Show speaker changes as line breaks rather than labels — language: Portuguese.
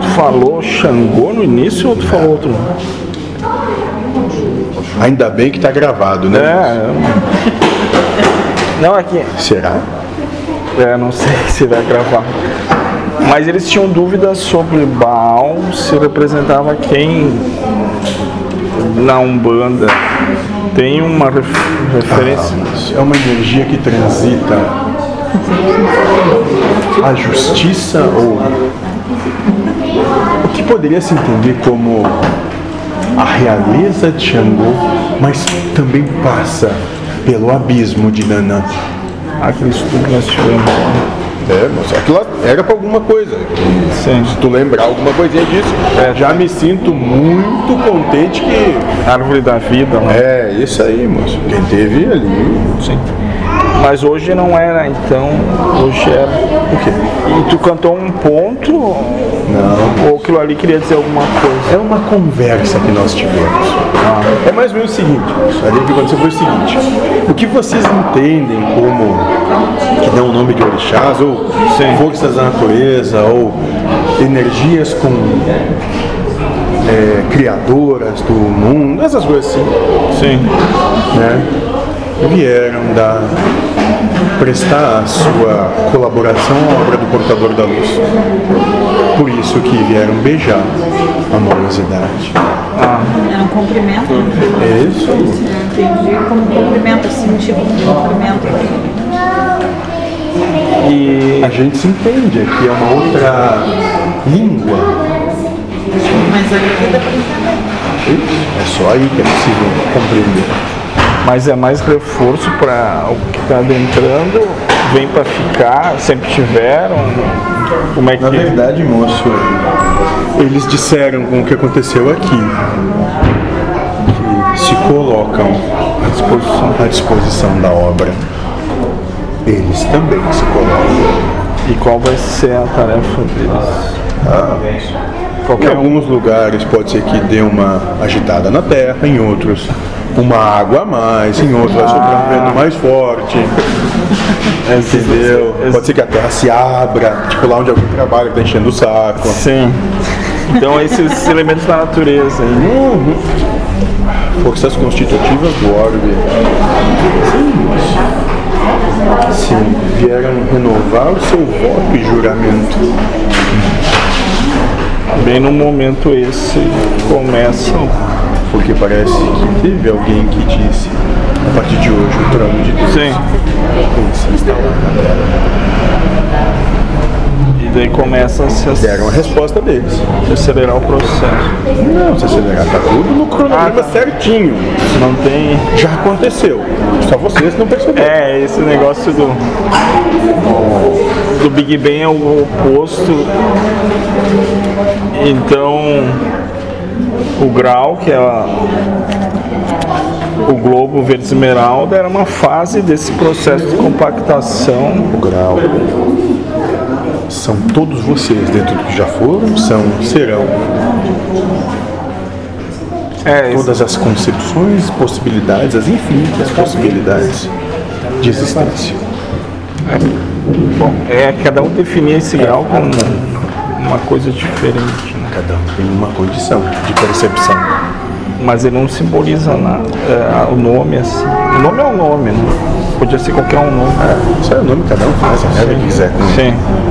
Tu falou Xangô no início ou tu falou outro?
Ainda bem que tá gravado, né?
É. Não, aqui.
Será?
É, não sei se vai gravar. Mas eles tinham dúvidas sobre Baal se representava quem na Umbanda. Tem uma ref- referência.
É uma energia que transita a justiça ou o que poderia se entender como a realeza de Xangô, mas também passa pelo abismo de Nanã.
Aquele estudo que nós tivemos.
É, mas aquilo lá era para alguma coisa.
Sim.
tu lembrar alguma coisinha disso,
É.
já me sinto muito contente que.
Árvore da vida. né? lá.
É, isso aí, moço. Quem teve ali.
Sim. Mas hoje não era, então. Hoje era.
O quê?
E tu cantou um ponto?
Não.
Ou aquilo ali queria dizer alguma coisa?
É uma conversa que nós tivemos. É mais ou menos o seguinte, moço. Ali o que aconteceu foi o seguinte. O que vocês entendem como que dão o nome de orixás, ou
Sim.
forças da natureza, ou energias com. é, criadoras do mundo, essas coisas assim.
Sim.
né, vieram dar prestar a sua colaboração à obra do portador da luz. Por isso que vieram beijar a morosidade.
Era um cumprimento.
É isso? aí.
Entendi como um cumprimento, assim, tipo um cumprimento.
E
A gente se entende aqui é uma outra língua.
Mas aqui dá pra entender.
É só aí que é possível compreender.
mas é mais reforço para o que está adentrando, vem para ficar, sempre tiveram. Como é que
Na verdade, moço, eles disseram com o que aconteceu aqui que se colocam à disposição, à disposição da obra. Eles também se colocam.
e qual vai ser a tarefa deles?
Em
Qualquer um.
alguns lugares pode ser que dê uma agitada na terra, em outros uma água a mais, em outros vai sobrar um vento mais forte. Entendeu? Pode ser que a terra se abra, tipo lá onde alguém trabalha que tá enchendo o saco.
Sim. Então esses elementos da natureza. aí.
Forças constitutivas do orbe. Se vieram renovar o seu voto e juramento.
Bem no momento esse começam.
Porque parece que teve alguém que disse, a partir de hoje, o trono de Deus.
Sim.
tem que se instalar.
E daí começa a se
Deram a resposta deles.
acelerar o processo.
Não, se acelerar, tá tudo no cronograma certinho.
Ah, tá. Não tem.
Já aconteceu. Só vocês não perceberam.
É, esse negócio do. Do Big Bang é o oposto. Então, o grau, que é a- o globo verde esmeralda, era uma fase desse processo de compactação.
O grau. São todos vocês dentro do que já foram, são, serão.
É, isso.
todas as concepções, possibilidades, as infinitas possibilidades de existência.
Bom, é cada um definir esse grau como uma coisa diferente, né?
Cada um tem uma condição de percepção.
mas ele não simboliza nada. É, o nome, assim. O nome é o nome, né? Podia ser qualquer um nome.
Isso é o nome, cada um faz a merda que quiser.
Sim.